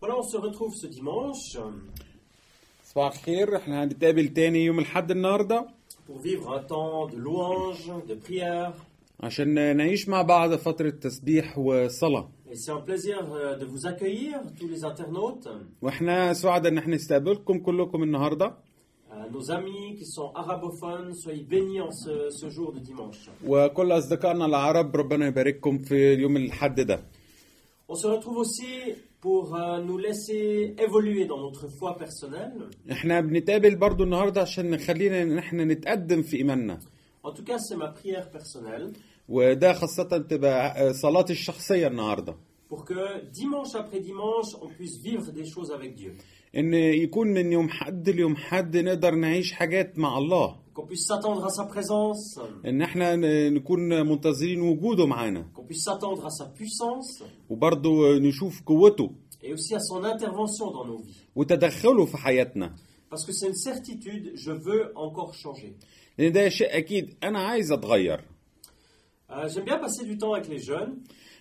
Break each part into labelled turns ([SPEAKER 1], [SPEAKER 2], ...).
[SPEAKER 1] Voilà, on se retrouve ce dimanche euh,
[SPEAKER 2] صباح الخير احنا هنتقابل تاني يوم الحد النهاردة
[SPEAKER 1] pour vivre un temps de louange, de prière.
[SPEAKER 2] عشان نعيش مع بعض فترة تسبيح وصلاة
[SPEAKER 1] Et c'est un plaisir euh, de vous accueillir, tous les internautes,
[SPEAKER 2] واحنا سعداء ان احنا نستقبلكم كلكم النهاردة
[SPEAKER 1] Euh, nos amis qui sont arabophones. Soyez bénis en ce, ce jour de dimanche.
[SPEAKER 2] وكل أصدقائنا العرب ربنا يبارككم في اليوم الحد ده
[SPEAKER 1] On se retrouve aussi pour euh, nous laisser évoluer dans notre foi personnelle.
[SPEAKER 2] احنا بنتقابل برضو النهاردة عشان نخلينا ان احنا نتقدم في إيماننا
[SPEAKER 1] En tout cas, c'est ma prière personnelle
[SPEAKER 2] وده خاصة تبقى صلاتي الشخصية النهاردة
[SPEAKER 1] pour que dimanche après dimanche, on puisse vivre des choses avec Dieu.
[SPEAKER 2] ان يكون من يوم حد ليوم حد نقدر نعيش حاجات مع الله
[SPEAKER 1] Qu'on puisse s'attendre à sa présence,
[SPEAKER 2] ان احنا ن- نكون منتظرين وجوده معانا
[SPEAKER 1] qu'on puisse s'attendre à sa puissance
[SPEAKER 2] وبرضه نشوف قوته
[SPEAKER 1] et aussi à son intervention dans nos vies.
[SPEAKER 2] وتدخله في حياتنا
[SPEAKER 1] Parce que c'est une certitude, je veux encore changer.
[SPEAKER 2] لان ده شيء اكيد انا عايز اتغير
[SPEAKER 1] Euh, J'aime bien passer du temps avec les jeunes.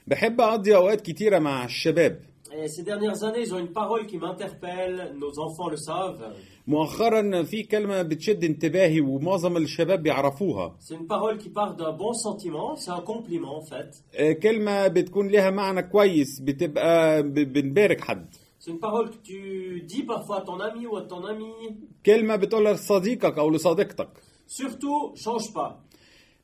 [SPEAKER 2] بحب اقضي اوقات كتيره مع الشباب
[SPEAKER 1] Et ces dernières années, ils ont une parole qui m'interpelle, nos enfants le savent.
[SPEAKER 2] مؤخرا في كلمه بتشد انتباهي ومعظم الشباب بيعرفوها
[SPEAKER 1] C'est une parole qui part d'un bon sentiment, c'est un compliment en fait.
[SPEAKER 2] آه، كلمه بتكون لها معنى كويس بتبقى ب- بنبارك حد
[SPEAKER 1] C'est une parole que tu dis parfois à ton ami ou à ton amie.
[SPEAKER 2] كلمه بتقولها لصديقك او لصديقتك
[SPEAKER 1] Surtout, change pas.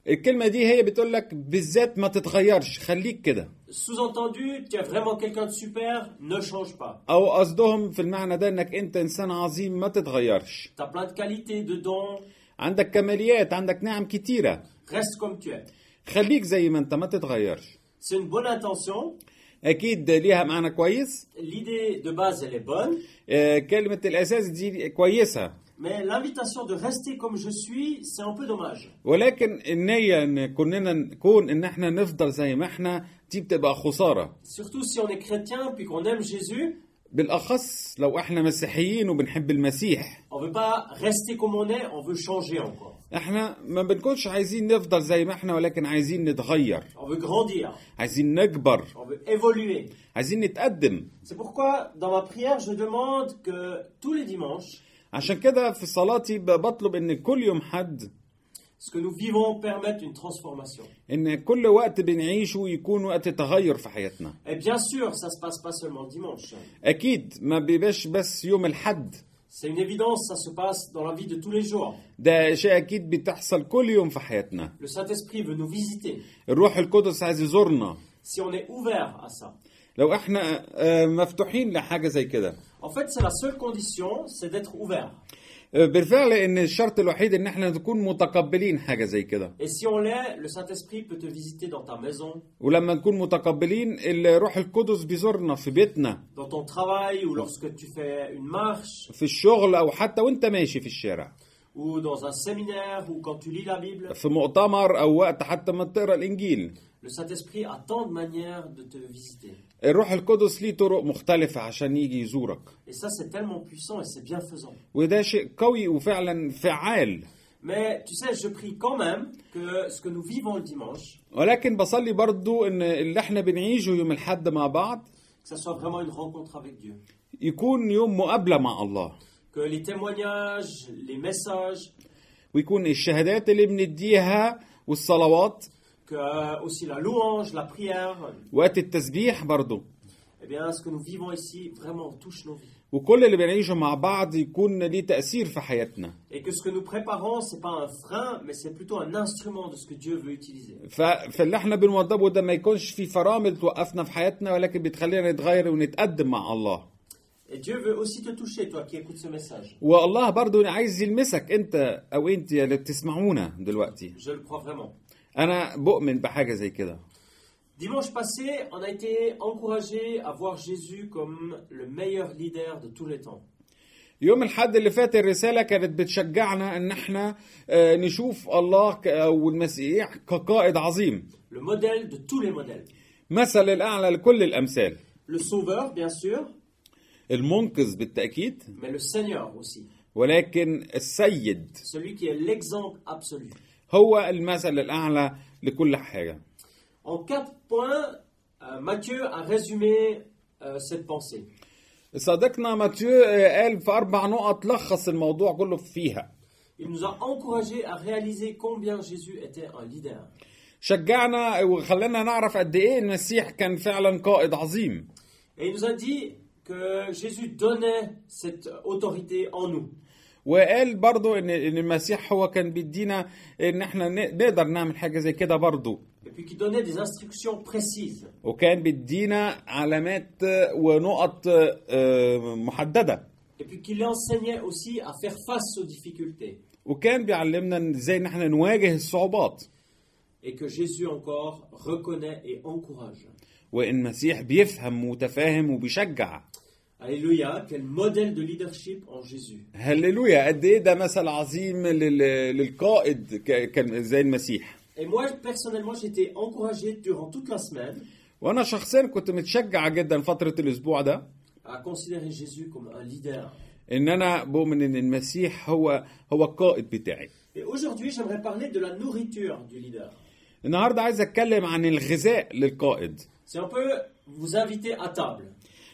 [SPEAKER 2] الكلمه دي هي بتقول لك بالذات ما تتغيرش خليك كده
[SPEAKER 1] Sous-entendu, tu es vraiment quelqu'un de super, ne change pas.
[SPEAKER 2] او قصدهم في المعنى ده انك انت انسان عظيم ما تتغيرش
[SPEAKER 1] Tu as plein de qualités, de dons,
[SPEAKER 2] عندك كماليات عندك نعم كتيره
[SPEAKER 1] reste comme tu es.
[SPEAKER 2] خليك زي ما انت ما تتغيرش
[SPEAKER 1] C'est une bonne intention,
[SPEAKER 2] اكيد ليها معنى كويس
[SPEAKER 1] l'idée de base elle est bonne,
[SPEAKER 2] آه، كلمه الاساس دي كويسه
[SPEAKER 1] mais l'invitation de rester comme je suis, c'est un peu dommage.
[SPEAKER 2] ولكن النيه ان كوننا نكون ان احنا نفضل زي ما احنا دي بتبقى خساره
[SPEAKER 1] Surtout si on est chrétien puis qu'on aime Jésus,
[SPEAKER 2] بالاخص لو احنا مسيحيين وبنحب المسيح
[SPEAKER 1] on veut pas rester comme on est, on veut changer encore.
[SPEAKER 2] احنا ما بنكونش عايزين نفضل زي ما احنا ولكن عايزين نتغير
[SPEAKER 1] On veut grandir,
[SPEAKER 2] عايزين نكبر
[SPEAKER 1] on veut évoluer.
[SPEAKER 2] عايزين نتقدم
[SPEAKER 1] C'est pourquoi dans ma prière, je demande que tous les dimanches,
[SPEAKER 2] عشان كده في صلاتي ب- بطلب ان كل يوم حد
[SPEAKER 1] ce que nous vivons permette une transformation.
[SPEAKER 2] ان كل وقت بنعيشه يكون وقت تغير في حياتنا
[SPEAKER 1] Et bien sûr, ça se passe pas seulement le dimanche.
[SPEAKER 2] أكيد ما بيبقاش بس يوم الحد
[SPEAKER 1] C'est une évidence, ça se passe dans la vie de tous les jours.
[SPEAKER 2] ده شيء أكيد بتحصل كل يوم في حياتنا
[SPEAKER 1] Le Saint-Esprit veut nous visiter.
[SPEAKER 2] الروح القدس عايز يزورنا
[SPEAKER 1] Si on est ouvert à ça.
[SPEAKER 2] لو احنا آه، مفتوحين لحاجة زي كده
[SPEAKER 1] En fait, c'est la seule condition, c'est d'être ouvert.
[SPEAKER 2] آه، بالفعل ان الشرط الوحيد ان احنا نكون متقبلين حاجة زي كده
[SPEAKER 1] Et si on l'est, le Saint-Esprit peut te visiter dans ta maison,
[SPEAKER 2] ولما نكون متقبلين الروح القدس بيزورنا في بيتنا
[SPEAKER 1] dans ton travail, ou lorsque tu fais une marche,
[SPEAKER 2] في الشغل او حتى وانت ماشي في الشارع
[SPEAKER 1] ou dans un séminaire, ou quand tu lis la Bible.
[SPEAKER 2] في مؤتمر او وقت حتى ما تقرا الانجيل
[SPEAKER 1] Le Saint-Esprit a tant de manières de te visiter.
[SPEAKER 2] الروح القدس ليه طرق مختلفة عشان يجي يزورك
[SPEAKER 1] Et ça, c'est tellement puissant et c'est bienfaisant.
[SPEAKER 2] وده شيء قوي وفعلا فعال
[SPEAKER 1] Mais tu sais, je prie quand même que ce que nous vivons le dimanche,
[SPEAKER 2] ولكن بصلي برضو ان اللي احنا بنعيشه يوم الحد مع بعض
[SPEAKER 1] que ça soit vraiment une rencontre avec Dieu.
[SPEAKER 2] يكون يوم مقابلة مع الله
[SPEAKER 1] Que les témoignages, les messages,
[SPEAKER 2] ويكون الشهادات اللي بنديها والصلوات
[SPEAKER 1] que euh, aussi la louange, la prière,
[SPEAKER 2] وقت التسبيح برضو
[SPEAKER 1] eh bien, ce que nous vivons ici vraiment touche nos vies.
[SPEAKER 2] وكل اللي بنعيشه مع بعض يكون ليه تأثير في حياتنا
[SPEAKER 1] Et que ce que nous préparons, c'est pas un frein, mais c'est plutôt un instrument de ce que Dieu veut utiliser.
[SPEAKER 2] ف- فاللي احنا بنوضبه ده ما يكونش في فرامل توقفنا في حياتنا ولكن بتخلينا نتغير ونتقدم مع الله
[SPEAKER 1] Et Dieu veut aussi te toucher, toi qui écoutes ce message.
[SPEAKER 2] والله برضو عايز يلمسك انت او انت اللي بتسمعونا دلوقتي
[SPEAKER 1] Je le crois vraiment.
[SPEAKER 2] انا بؤمن بحاجة زي كده
[SPEAKER 1] Dimanche passé, on a été encouragé à voir Jésus comme le meilleur leader de tous les temps.
[SPEAKER 2] يوم الحد اللي فات الرسالة كانت بتشجعنا ان احنا آه، نشوف الله ك- او المسيح كقائد عظيم
[SPEAKER 1] Le modèle de tous les modèles.
[SPEAKER 2] مثل الاعلى لكل الامثال
[SPEAKER 1] Le sauveur, bien sûr,
[SPEAKER 2] المنقذ بالتأكيد
[SPEAKER 1] mais le Seigneur aussi.
[SPEAKER 2] ولكن السيد
[SPEAKER 1] Celui qui est l'exemple absolu.
[SPEAKER 2] هو المثل الاعلى لكل حاجة
[SPEAKER 1] En quatre points, euh, Matthieu a résumé euh, cette pensée.
[SPEAKER 2] صديقنا ماتيو آه، قال في أربع نقط لخص الموضوع كله فيها
[SPEAKER 1] Il nous a encouragés à réaliser combien Jésus était un leader.
[SPEAKER 2] شجعنا وخلانا نعرف قد إيه المسيح كان فعلا قائد عظيم
[SPEAKER 1] Et il nous a dit que Jésus donnait cette autorité en nous.
[SPEAKER 2] وقال برضو إن إن المسيح هو كان بيدينا إن إحنا ن- نقدر نعمل حاجة زي كده برضو
[SPEAKER 1] Et puis qu'il donnait des instructions précises.
[SPEAKER 2] وكان بيدينا علامات آه، ونقط آه، آه، محددة
[SPEAKER 1] Et puis qu'il enseignait aussi à faire face aux difficultés.
[SPEAKER 2] وكان بيعلمنا ازاي ان احنا نواجه الصعوبات
[SPEAKER 1] Et que Jésus encore reconnaît et encourage.
[SPEAKER 2] وان المسيح بيفهم وتفاهم وبيشجع
[SPEAKER 1] Alléluia, quel modèle de leadership en Jésus.
[SPEAKER 2] هللويا قد ايه ده مثل عظيم لل- للقائد ك- كان زي المسيح
[SPEAKER 1] Et moi, personnellement, j'étais encouragé durant toute la semaine
[SPEAKER 2] وانا شخصيا كنت متشجع جدا فتره الاسبوع ده
[SPEAKER 1] à considérer Jésus comme un leader.
[SPEAKER 2] ان انا بؤمن ان المسيح هو هو القائد بتاعي
[SPEAKER 1] Et aujourd'hui, j'aimerais parler de la nourriture du leader.
[SPEAKER 2] النهارده عايز اتكلم عن الغذاء للقائد
[SPEAKER 1] C'est un peu vous inviter à table.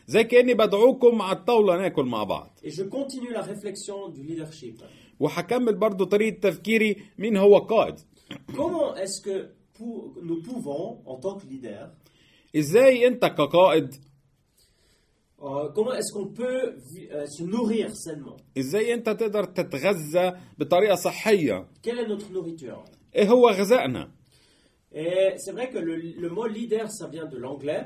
[SPEAKER 2] زي كاني بدعوكم على الطاوله ناكل مع بعض
[SPEAKER 1] Et je continue la réflexion du leadership.
[SPEAKER 2] وهكمل برضو طريقه تفكيري مين هو القائد
[SPEAKER 1] Comment est-ce que pour- nous pouvons, en tant que leader,
[SPEAKER 2] ازاي انت كقائد
[SPEAKER 1] euh, comment est-ce qu'on peut vi- euh, se nourrir sainement
[SPEAKER 2] ازاي انت تقدر تتغذى بطريقه صحيه
[SPEAKER 1] Quelle est notre nourriture
[SPEAKER 2] ايه هو غذائنا
[SPEAKER 1] Et c'est vrai que le, le mot leader, ça vient de l'anglais.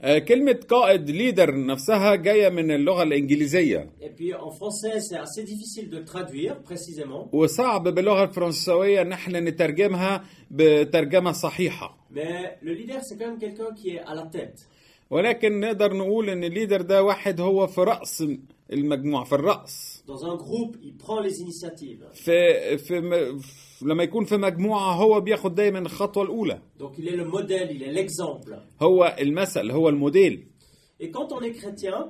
[SPEAKER 2] آه، كلمه قائد ليدر نفسها جايه من اللغه الانجليزيه
[SPEAKER 1] Et puis en français, c'est assez difficile de le traduire précisément.
[SPEAKER 2] وصعب باللغه الفرنسويه ان احنا نترجمها بترجمه صحيحه
[SPEAKER 1] Mais le leader, c'est quand même quelqu'un qui est à la tête.
[SPEAKER 2] ولكن نقدر نقول ان الليدر ده واحد هو في راس المجموعه في الراس
[SPEAKER 1] Dans un groupe, il prend les initiatives.
[SPEAKER 2] في, في, م- في لما يكون في مجموعه هو بياخد دايما الخطوه الاولى
[SPEAKER 1] Donc il est le modèle, il est l'exemple.
[SPEAKER 2] هو المثل هو الموديل
[SPEAKER 1] Et quand on est chrétien,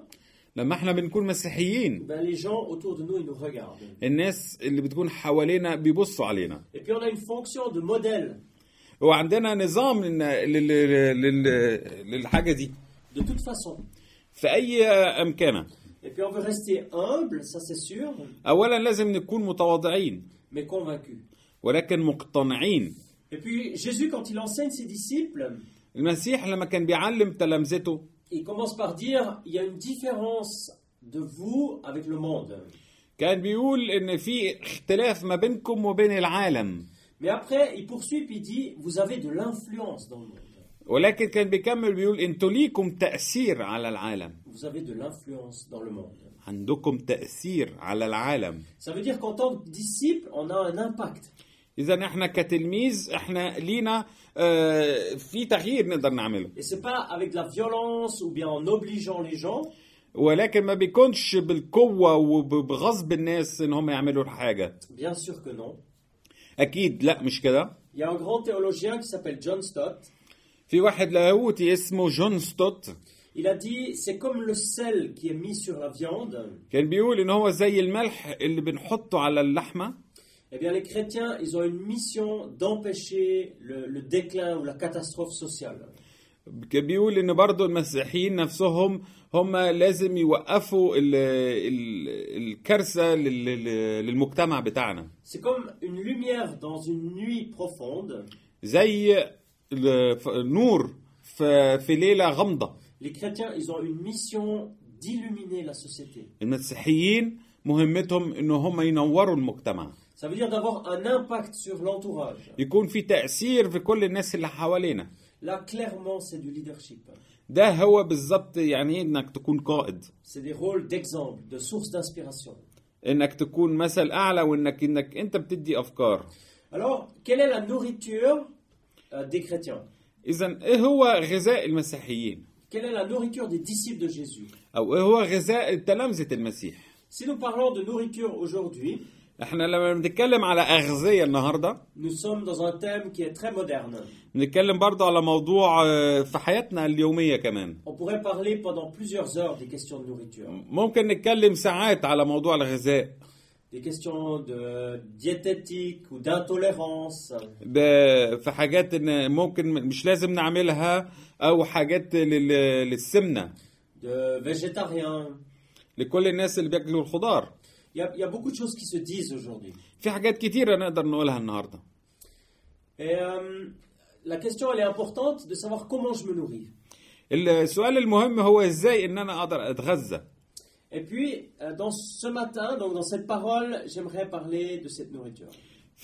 [SPEAKER 2] لما احنا بنكون مسيحيين
[SPEAKER 1] ben, les gens autour de nous, ils nous regardent.
[SPEAKER 2] الناس اللي بتكون حوالينا بيبصوا علينا
[SPEAKER 1] Et puis on a une fonction de modèle.
[SPEAKER 2] وعندنا نظام لل... لل... لل... للحاجه دي
[SPEAKER 1] De toute façon.
[SPEAKER 2] في اي امكانه
[SPEAKER 1] Et puis on veut rester humble, ça c'est sûr,
[SPEAKER 2] اولا لازم نكون متواضعين
[SPEAKER 1] mais convaincu.
[SPEAKER 2] ولكن مقتنعين
[SPEAKER 1] Et puis Jésus, quand il enseigne ses disciples,
[SPEAKER 2] المسيح لما كان بيعلم تلامذته
[SPEAKER 1] il commence par dire, il y a une différence de vous avec le monde.
[SPEAKER 2] كان بيقول ان في اختلاف ما بينكم وبين العالم
[SPEAKER 1] Mais après, il poursuit puis il dit, vous avez de l'influence dans le monde.
[SPEAKER 2] ولكن كان بيكمل بيقول انتوا ليكم تاثير على العالم
[SPEAKER 1] Vous avez de l'influence dans le monde.
[SPEAKER 2] عندكم تاثير على العالم
[SPEAKER 1] Ça veut dire qu'en tant que disciple, on a un impact.
[SPEAKER 2] اذا احنا كتلميذ احنا لينا آه، في تغيير نقدر نعمله
[SPEAKER 1] Et c'est pas avec de la violence ou bien en obligeant les gens,
[SPEAKER 2] ولكن ما بيكونش بالقوة وبغصب الناس ان هم يعملوا الحاجة
[SPEAKER 1] bien sûr que non.
[SPEAKER 2] اكيد لا مش كده
[SPEAKER 1] Il y a un grand théologien qui s'appelle John Stott.
[SPEAKER 2] في واحد لاهوتي اسمه جون ستوت
[SPEAKER 1] Il a dit, c'est comme le sel qui est mis sur la viande.
[SPEAKER 2] كان بيقول ان هو زي الملح اللي بنحطه على اللحمة
[SPEAKER 1] Eh bien, les chrétiens, ils ont une mission d'empêcher le, le déclin ou la catastrophe sociale.
[SPEAKER 2] كان بيقول ان برضو المسيحيين نفسهم هم لازم يوقفوا ال ال الكارثة لل- لل- للمجتمع بتاعنا
[SPEAKER 1] C'est comme une lumière dans une nuit profonde.
[SPEAKER 2] زي ال- نور في في ليلة غامضة
[SPEAKER 1] Les chrétiens, ils ont une mission d'illuminer la société.
[SPEAKER 2] المسيحيين مهمتهم ان هم ينوروا المجتمع
[SPEAKER 1] Ça veut dire d'avoir un impact sur l'entourage.
[SPEAKER 2] يكون في تأثير في كل الناس اللي حوالينا
[SPEAKER 1] Là, clairement, c'est du leadership.
[SPEAKER 2] ده هو بالظبط يعني ايه انك تكون قائد
[SPEAKER 1] C'est des rôles d'exemple, de source d'inspiration.
[SPEAKER 2] انك تكون مثل اعلى وانك انك انت بتدي افكار
[SPEAKER 1] Alors, quelle est la nourriture euh, des chrétiens
[SPEAKER 2] اذا ايه هو غذاء المسيحيين
[SPEAKER 1] Quelle est la nourriture des disciples de Jésus
[SPEAKER 2] او ايه هو غذاء تلامذة المسيح
[SPEAKER 1] Si nous parlons de nourriture aujourd'hui,
[SPEAKER 2] احنا لما بنتكلم على اغذية النهاردة
[SPEAKER 1] nous sommes dans un thème qui est très moderne.
[SPEAKER 2] بنتكلم برضه على موضوع آه، في حياتنا اليومية كمان
[SPEAKER 1] On pourrait parler pendant plusieurs heures des questions de nourriture,
[SPEAKER 2] ممكن نتكلم ساعات على موضوع الغذاء
[SPEAKER 1] des questions de diététique ou d'intolérance,
[SPEAKER 2] ب- في حاجات إن ممكن مش لازم نعملها او حاجات لل- للسمنه
[SPEAKER 1] de végétariens.
[SPEAKER 2] لكل الناس اللي بياكلوا الخضار
[SPEAKER 1] Il y, a, il y a beaucoup de choses qui se disent aujourd'hui.
[SPEAKER 2] في حاجات كتيرة نقدر نقولها النهاردة
[SPEAKER 1] Et euh, la question, elle est importante de savoir comment je me nourris.
[SPEAKER 2] السؤال المهم هو ازاي ان انا اقدر اتغذى
[SPEAKER 1] Et puis, euh, dans ce matin, donc dans cette parole, j'aimerais parler de cette nourriture,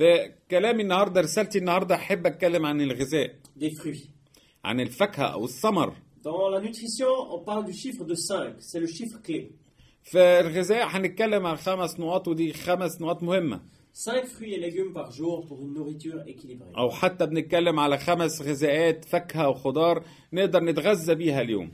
[SPEAKER 2] فكلامي النهاردة رسالتي النهاردة احب اتكلم عن الغذاء
[SPEAKER 1] des fruits.
[SPEAKER 2] عن الفاكهة او الثمر
[SPEAKER 1] Dans la nutrition, on parle du chiffre de 5, c'est le chiffre clé.
[SPEAKER 2] في الغذاء هنتكلم عن خمس نقاط ودي خمس نقاط مهمة
[SPEAKER 1] 5 fruits et légumes par jour pour une nourriture équilibrée.
[SPEAKER 2] او حتى بنتكلم على خمس غذاءات فاكهة وخضار نقدر نتغذى بيها اليوم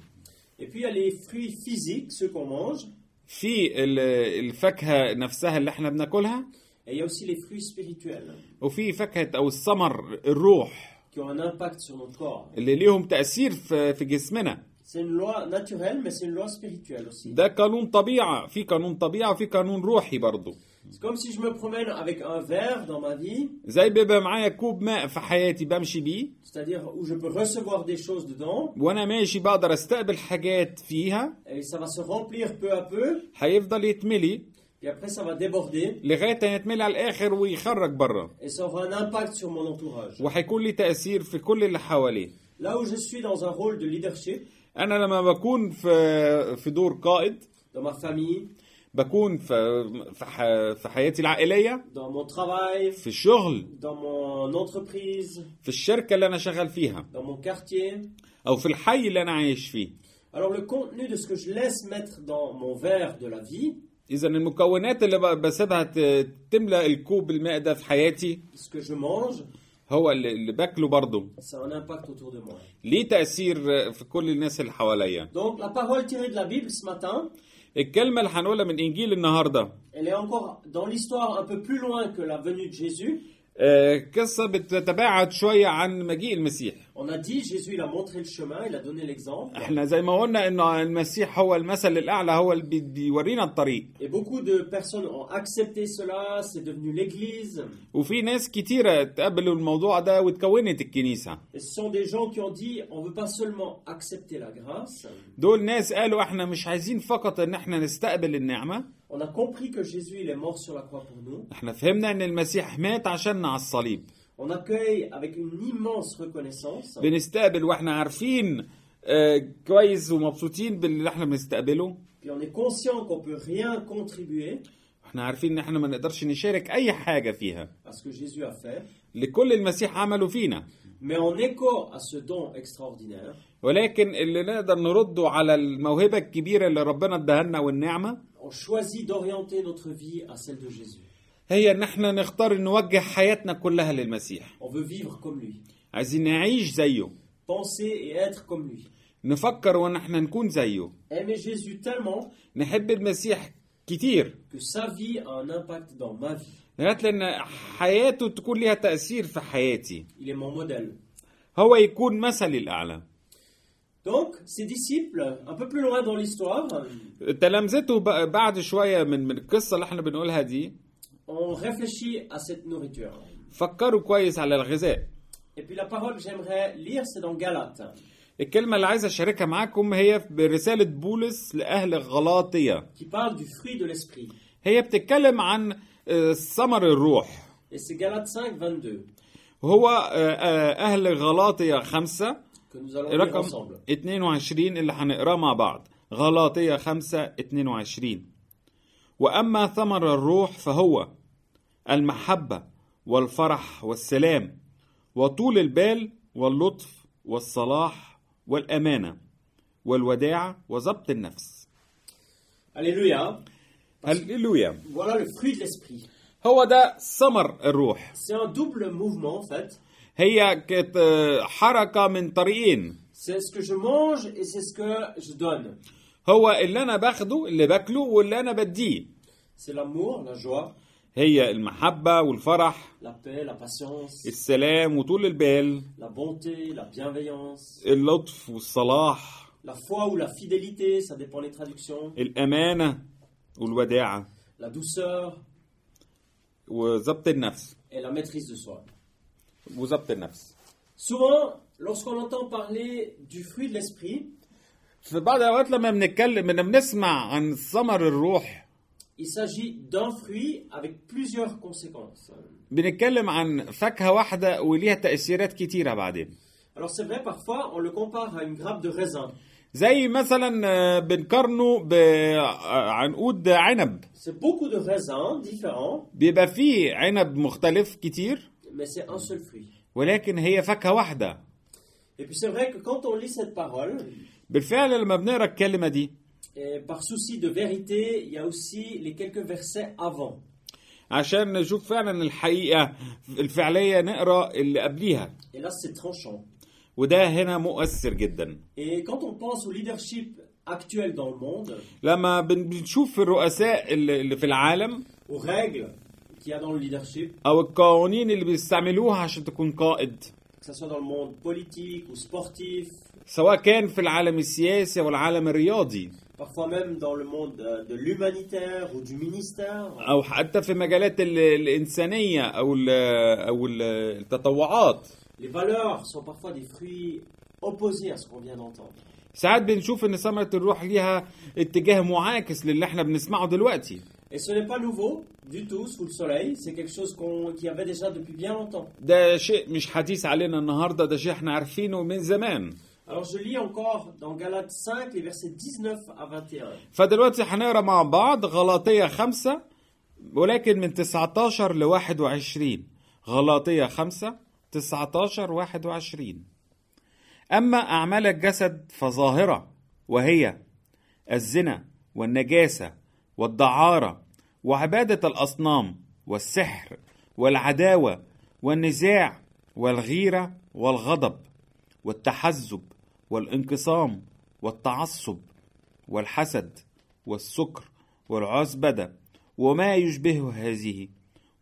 [SPEAKER 1] Et puis il y a les fruits physiques, ceux qu'on mange,
[SPEAKER 2] في ال- الفاكهة نفسها اللي احنا بناكلها
[SPEAKER 1] et il y a aussi les fruits spirituels
[SPEAKER 2] وفي فاكهة او الثمر الروح
[SPEAKER 1] qui ont un impact sur notre corps.
[SPEAKER 2] اللي ليهم تأثير في في جسمنا
[SPEAKER 1] C'est une loi naturelle, mais c'est une loi spirituelle aussi.
[SPEAKER 2] ده قانون طبيعة في قانون طبيعة في قانون روحي برضو
[SPEAKER 1] C'est comme si je me promène avec un verre dans ma vie,
[SPEAKER 2] زي بيبقى معايا كوب ماء في حياتي بمشي بيه
[SPEAKER 1] c'est-à-dire où je peux recevoir des choses dedans,
[SPEAKER 2] وانا ماشي بقدر استقبل حاجات فيها
[SPEAKER 1] et ça va se remplir peu à peu,
[SPEAKER 2] هيفضل يتملي
[SPEAKER 1] et après ça va déborder,
[SPEAKER 2] لغايه ما يتملي على الاخر ويخرج بره
[SPEAKER 1] et ça aura un impact sur mon entourage.
[SPEAKER 2] وهيكون لي تاثير في كل اللي حواليه
[SPEAKER 1] Là où je suis dans un rôle de leadership,
[SPEAKER 2] انا لما بكون في في دور قائد
[SPEAKER 1] dans ma famille,
[SPEAKER 2] بكون في في, ح... في حياتي العائليه
[SPEAKER 1] dans mon travail,
[SPEAKER 2] في الشغل
[SPEAKER 1] dans mon entreprise,
[SPEAKER 2] في الشركه اللي انا شغال فيها
[SPEAKER 1] dans mon quartier.
[SPEAKER 2] او في الحي اللي انا عايش فيه
[SPEAKER 1] Alors le contenu de ce que je laisse mettre dans mon verre de la vie,
[SPEAKER 2] اذا المكونات اللي ب- بسيبها ت- تملى الكوب الماء ده في حياتي
[SPEAKER 1] ce que je mange,
[SPEAKER 2] هو اللي اللي باكله برضه
[SPEAKER 1] ça a un impact autour de moi.
[SPEAKER 2] ليه تاثير في كل الناس اللي حواليا
[SPEAKER 1] Donc la parole tirée de la Bible ce matin,
[SPEAKER 2] الكلمة اللي هنقولها من إنجيل النهاردة
[SPEAKER 1] elle est encore dans l'histoire un peu plus loin que la venue de Jésus.
[SPEAKER 2] آه، قصة بتتباعد شوية عن مجيء المسيح
[SPEAKER 1] On a dit, Jésus, il a montré le chemin, il a donné l'exemple.
[SPEAKER 2] احنا زي ما قلنا ان المسيح هو المثل الاعلى هو اللي بي- بيورينا الطريق
[SPEAKER 1] Et beaucoup de personnes ont accepté cela, c'est devenu l'Église.
[SPEAKER 2] وفي ناس كتيرة تقبلوا الموضوع ده وتكونت الكنيسة
[SPEAKER 1] Et ce sont des gens qui ont dit, on ne veut pas seulement accepter la grâce,
[SPEAKER 2] دول ناس قالوا احنا مش عايزين فقط ان احنا نستقبل النعمة
[SPEAKER 1] on a compris que Jésus, il est mort sur la croix pour nous.
[SPEAKER 2] احنا فهمنا ان المسيح مات عشاننا على الصليب
[SPEAKER 1] On accueille avec une immense reconnaissance.
[SPEAKER 2] بنستقبل واحنا عارفين آه، كويس ومبسوطين باللي احنا بنستقبله
[SPEAKER 1] Puis on est conscient qu'on peut rien contribuer
[SPEAKER 2] احنا عارفين ان احنا ما نقدرش نشارك اي حاجة فيها
[SPEAKER 1] à ce que Jésus a fait,
[SPEAKER 2] لكل المسيح عمله فينا
[SPEAKER 1] mais en écho à ce don extraordinaire,
[SPEAKER 2] ولكن اللي نقدر نرده على الموهبة الكبيرة اللي ربنا اداها لنا والنعمة
[SPEAKER 1] on choisit d'orienter notre vie à celle de Jésus.
[SPEAKER 2] هي ان احنا نختار نوجه حياتنا كلها للمسيح
[SPEAKER 1] On veut vivre comme lui,
[SPEAKER 2] عايزين نعيش زيه
[SPEAKER 1] penser et être comme lui.
[SPEAKER 2] نفكر وان احنا نكون زيه
[SPEAKER 1] Aimer Jésus tellement
[SPEAKER 2] نحب المسيح كتير
[SPEAKER 1] que sa vie a un impact dans ma vie.
[SPEAKER 2] لغايه لان حياته تكون ليها تأثير في حياتي
[SPEAKER 1] Il est mon modèle.
[SPEAKER 2] هو يكون مثلي الأعلى
[SPEAKER 1] Donc, ses disciples, un peu plus loin dans l'histoire,
[SPEAKER 2] تلامذته بقى- بعد شوية من من القصة اللي احنا بنقولها دي
[SPEAKER 1] ont réfléchi à cette nourriture.
[SPEAKER 2] فكروا كويس على الغذاء
[SPEAKER 1] Et puis la parole que j'aimerais lire, c'est dans Galates.
[SPEAKER 2] الكلمة اللي عايز أشاركها معاكم هي برسالة بولس لأهل غلاطية
[SPEAKER 1] qui parle du fruit de l'esprit.
[SPEAKER 2] هي بتتكلم عن آه، ثمر الروح
[SPEAKER 1] Et c'est Galates 5, 22
[SPEAKER 2] هو آه، آه، أهل غلاطية خمسة
[SPEAKER 1] que nous allons lire
[SPEAKER 2] رقم
[SPEAKER 1] ensemble.
[SPEAKER 2] 22 اللي هنقراه مع بعض غلاطية 5 22 وأما ثمر الروح فهو المحبة والفرح والسلام وطول البال واللطف والصلاح والأمانة والوداع وضبط النفس
[SPEAKER 1] Alléluia.
[SPEAKER 2] هللويا
[SPEAKER 1] Voilà le fruit de l'esprit.
[SPEAKER 2] هو ده ثمر الروح
[SPEAKER 1] C'est un double mouvement en fait.
[SPEAKER 2] هي كانت آه، حركة من طريقين
[SPEAKER 1] C'est ce que je mange et c'est ce que je donne.
[SPEAKER 2] هو اللي أنا باخده اللي باكله واللي أنا بديه
[SPEAKER 1] C'est l'amour, la joie,
[SPEAKER 2] هي المحبة والفرح
[SPEAKER 1] la paix, la patience,
[SPEAKER 2] السلام وطول البال
[SPEAKER 1] la bonté, la bienveillance,
[SPEAKER 2] اللطف والصلاح
[SPEAKER 1] la foi ou la fidélité, ça dépend des traductions,
[SPEAKER 2] الأمانة والوداعة
[SPEAKER 1] la douceur
[SPEAKER 2] وضبط النفس
[SPEAKER 1] et la maîtrise de soi.
[SPEAKER 2] وضبط النفس
[SPEAKER 1] Souvent, lorsqu'on entend parler du fruit de l'esprit,
[SPEAKER 2] في بعض الاوقات لما بنتكلم بدنا بنسمع عن ثمر الروح
[SPEAKER 1] Il s'agit d'un fruit avec plusieurs conséquences.
[SPEAKER 2] بنتكلم عن فاكهه واحده وليها تاثيرات كتيره بعدين
[SPEAKER 1] Alors c'est vrai, parfois on le compare à une grappe de raisin.
[SPEAKER 2] زي مثلا آه، بنقارنه بعنقود عنب
[SPEAKER 1] C'est beaucoup de raisins différents,
[SPEAKER 2] بيبقى فيه عنب مختلف كتير
[SPEAKER 1] mais c'est un seul fruit.
[SPEAKER 2] ولكن هي فاكهه واحده
[SPEAKER 1] Et puis c'est vrai que quand on lit cette parole,
[SPEAKER 2] بالفعل لما بنقرا الكلمه دي
[SPEAKER 1] et par souci de vérité, il y a aussi les quelques versets avant.
[SPEAKER 2] عشان نشوف فعلا الحقيقه الفعليه نقرا اللي قبليها
[SPEAKER 1] Et là, c'est tranchant.
[SPEAKER 2] وده هنا مؤثر جدا
[SPEAKER 1] Et quand on pense au leadership actuel dans le monde,
[SPEAKER 2] لما بن- بنشوف الرؤساء اللي اللي في العالم
[SPEAKER 1] aux règles qu'il y a dans le leadership,
[SPEAKER 2] او القوانين اللي بيستعملوها عشان تكون قائد
[SPEAKER 1] que ce soit dans le monde politique ou sportif,
[SPEAKER 2] سواء كان في العالم السياسي او العالم الرياضي
[SPEAKER 1] parfois même dans le monde euh, de l'humanitaire ou du ministère,
[SPEAKER 2] او حتى في مجالات ال- الانسانيه او ال او ال- التطوعات
[SPEAKER 1] les valeurs sont parfois des fruits opposés à ce qu'on vient d'entendre.
[SPEAKER 2] ساعات بنشوف ان ثمره الروح ليها اتجاه معاكس للي احنا بنسمعه دلوقتي
[SPEAKER 1] Et ce n'est pas nouveau du tout sous le soleil, c'est quelque chose qu'on- qu'il y avait déjà depuis bien longtemps.
[SPEAKER 2] ده شيء مش حديث علينا النهارده ده شيء احنا عارفينه من زمان
[SPEAKER 1] Alors je lis encore dans Galates 5 les versets 19 à 21.
[SPEAKER 2] فدلوقتي هنقرا مع بعض غلاطية خمسة ولكن من 19 ل 21 غلاطية خمسة 19 21 أما أعمال الجسد فظاهرة وهي الزنا والنجاسة والدعارة وعبادة الأصنام والسحر والعداوة والنزاع والغيرة والغضب والتحزب والانقسام والتعصب والحسد والسكر والعزبدة وما يشبه هذه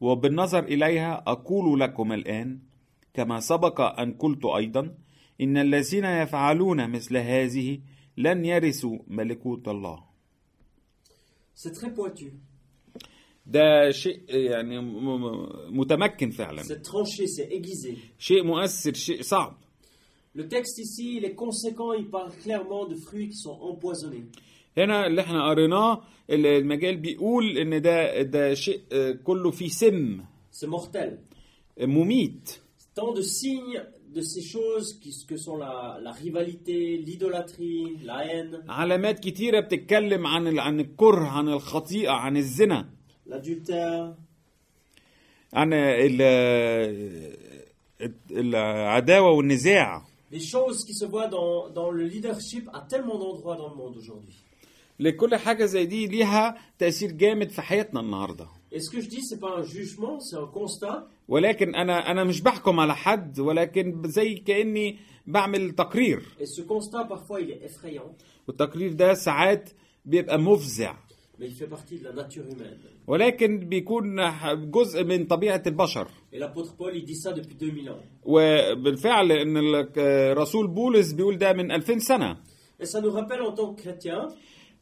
[SPEAKER 2] وبالنظر إليها أقول لكم الآن كما سبق أن قلت أيضا إن الذين يفعلون مثل هذه لن يرثوا ملكوت الله
[SPEAKER 1] C'est très pointu,
[SPEAKER 2] ده شيء يعني م- م- متمكن فعلا
[SPEAKER 1] c'est tranché, c'est aiguisé.
[SPEAKER 2] شيء مؤثر شيء صعب
[SPEAKER 1] Le texte ici, il est conséquent, il parle clairement de fruits qui sont empoisonnés.
[SPEAKER 2] هنا اللي احنا قريناه اللي المجال بيقول ان ده ده شيء آه، كله فيه سم آه،
[SPEAKER 1] C'est mortel.
[SPEAKER 2] مميت
[SPEAKER 1] Tant de signes de ces choses qui- que sont la, la rivalité, l'idolâtrie, la haine,
[SPEAKER 2] علامات كتيرة بتتكلم عن ال... عن الكره عن الخطيئة عن الزنا
[SPEAKER 1] l'adultère,
[SPEAKER 2] عن ال... العداوة والنزاع
[SPEAKER 1] des choses qui se voient dans, dans le leadership à tellement d'endroits dans le monde aujourd'hui.
[SPEAKER 2] لكل حاجة زي دي ليها تأثير جامد في حياتنا النهاردة
[SPEAKER 1] Et ce que je dis, c'est pas un jugement, c'est un constat.
[SPEAKER 2] ولكن أنا أنا مش بحكم على حد ولكن زي كأني بعمل تقرير
[SPEAKER 1] Et ce constat, parfois, il est effrayant,
[SPEAKER 2] والتقرير ده ساعات بيبقى مفزع
[SPEAKER 1] mais il fait partie de la nature humaine.
[SPEAKER 2] ولكن بيكون جزء من طبيعة البشر
[SPEAKER 1] Et l'apôtre Paul, il dit ça depuis 2000 ans.
[SPEAKER 2] وبالفعل ان الرسول بولس بيقول ده من 2000 سنه
[SPEAKER 1] Et ça nous rappelle en tant que chrétiens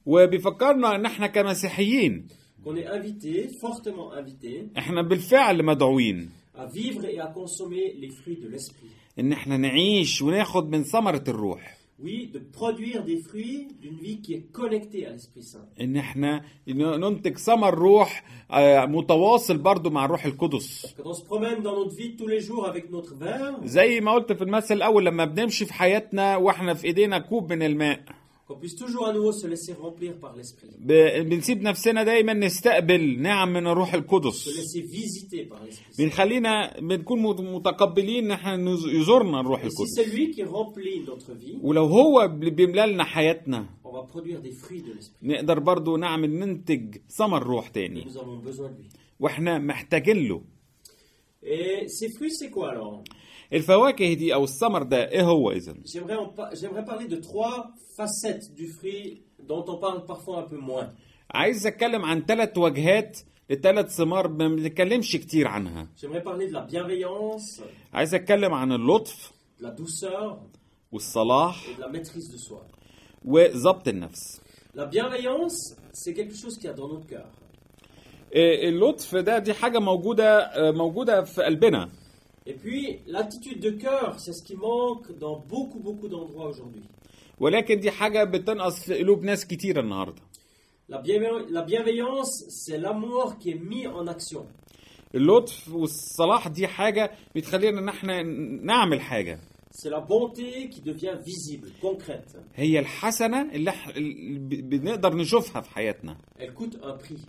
[SPEAKER 2] وبيفكرنا ان احنا كمسيحيين
[SPEAKER 1] qu'on est invité, fortement invité,
[SPEAKER 2] احنا بالفعل مدعوين
[SPEAKER 1] à vivre et à consommer les fruits de l'esprit.
[SPEAKER 2] ان احنا نعيش وناخد من ثمرة الروح
[SPEAKER 1] Oui, de produire des fruits d'une vie qui est connectée à l'Esprit Saint.
[SPEAKER 2] ان احنا ن- ننتج ثمر روح آه، متواصل برضو مع الروح القدس
[SPEAKER 1] Quand on se promène dans notre vie de tous les jours avec notre verre,
[SPEAKER 2] زي ما قلت في المثل الاول لما بنمشي في حياتنا واحنا في ايدينا كوب من الماء
[SPEAKER 1] qu'on puisse toujours à nouveau se laisser remplir par l'Esprit,
[SPEAKER 2] ب- بنسيب نفسنا دايما نستقبل نعم من الروح
[SPEAKER 1] se
[SPEAKER 2] القدس
[SPEAKER 1] laisser visiter par l'Esprit Saint.
[SPEAKER 2] بنخلينا بنكون مت- متقبلين ان احنا نز- يزورنا الروح
[SPEAKER 1] Et si
[SPEAKER 2] القدس
[SPEAKER 1] c'est lui qui remplit notre vie,
[SPEAKER 2] ولو هو اللي بيملى لنا حياتنا
[SPEAKER 1] on va produire des fruits de l'Esprit.
[SPEAKER 2] نقدر برضو نعمل ننتج ثمر روح
[SPEAKER 1] Et
[SPEAKER 2] تاني
[SPEAKER 1] nous avons besoin de lui.
[SPEAKER 2] واحنا محتاجين له
[SPEAKER 1] Et ces fruits, c'est quoi alors
[SPEAKER 2] الفواكه دي او الثمر ده ايه هو اذا
[SPEAKER 1] J'aimerais en par- j'aimerais parler de trois facettes du fruit dont on parle parfois un peu moins.
[SPEAKER 2] عايز اتكلم عن ثلاث وجهات لثلاث ثمار ما بنتكلمش كتير عنها
[SPEAKER 1] J'aimerais parler de la bienveillance,
[SPEAKER 2] عايز اتكلم عن اللطف
[SPEAKER 1] de la douceur
[SPEAKER 2] والصلاح
[SPEAKER 1] et de la maîtrise de soi.
[SPEAKER 2] وضبط النفس
[SPEAKER 1] La bienveillance, c'est quelque chose qu'il y a dans notre cœur.
[SPEAKER 2] إيه اللطف ده دي حاجة موجودة آه، موجودة في قلبنا
[SPEAKER 1] Et puis, l'attitude de cœur, c'est ce qui manque dans beaucoup, beaucoup d'endroits aujourd'hui.
[SPEAKER 2] ولكن دي حاجه بتنقص في قلوب ناس كتيره النهارده
[SPEAKER 1] La, bienveil- la bienveillance, c'est l'amour qui est mis en action.
[SPEAKER 2] اللطف والصلاح دي حاجه بتخلينا ان احنا نعمل حاجه
[SPEAKER 1] C'est la bonté qui devient visible, concrète.
[SPEAKER 2] هي الحسنه اللي, اح... اللي ب- بنقدر نشوفها في حياتنا
[SPEAKER 1] Elle coûte un prix.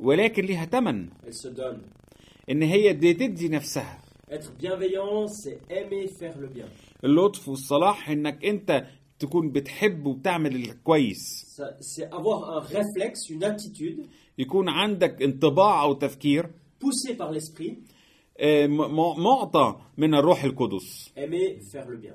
[SPEAKER 2] ولكن ليها تمن
[SPEAKER 1] Elle se donne.
[SPEAKER 2] ان هي دي تدي نفسها
[SPEAKER 1] Être bienveillant, c'est aimer faire le bien.
[SPEAKER 2] اللطف والصلاح انك انت تكون بتحب وبتعمل الكويس
[SPEAKER 1] Ça- C'est avoir un réflexe, une attitude
[SPEAKER 2] يكون عندك انطباع او تفكير
[SPEAKER 1] poussée par l'esprit,
[SPEAKER 2] آه، م- م- معطى من الروح القدس
[SPEAKER 1] aimer faire le bien.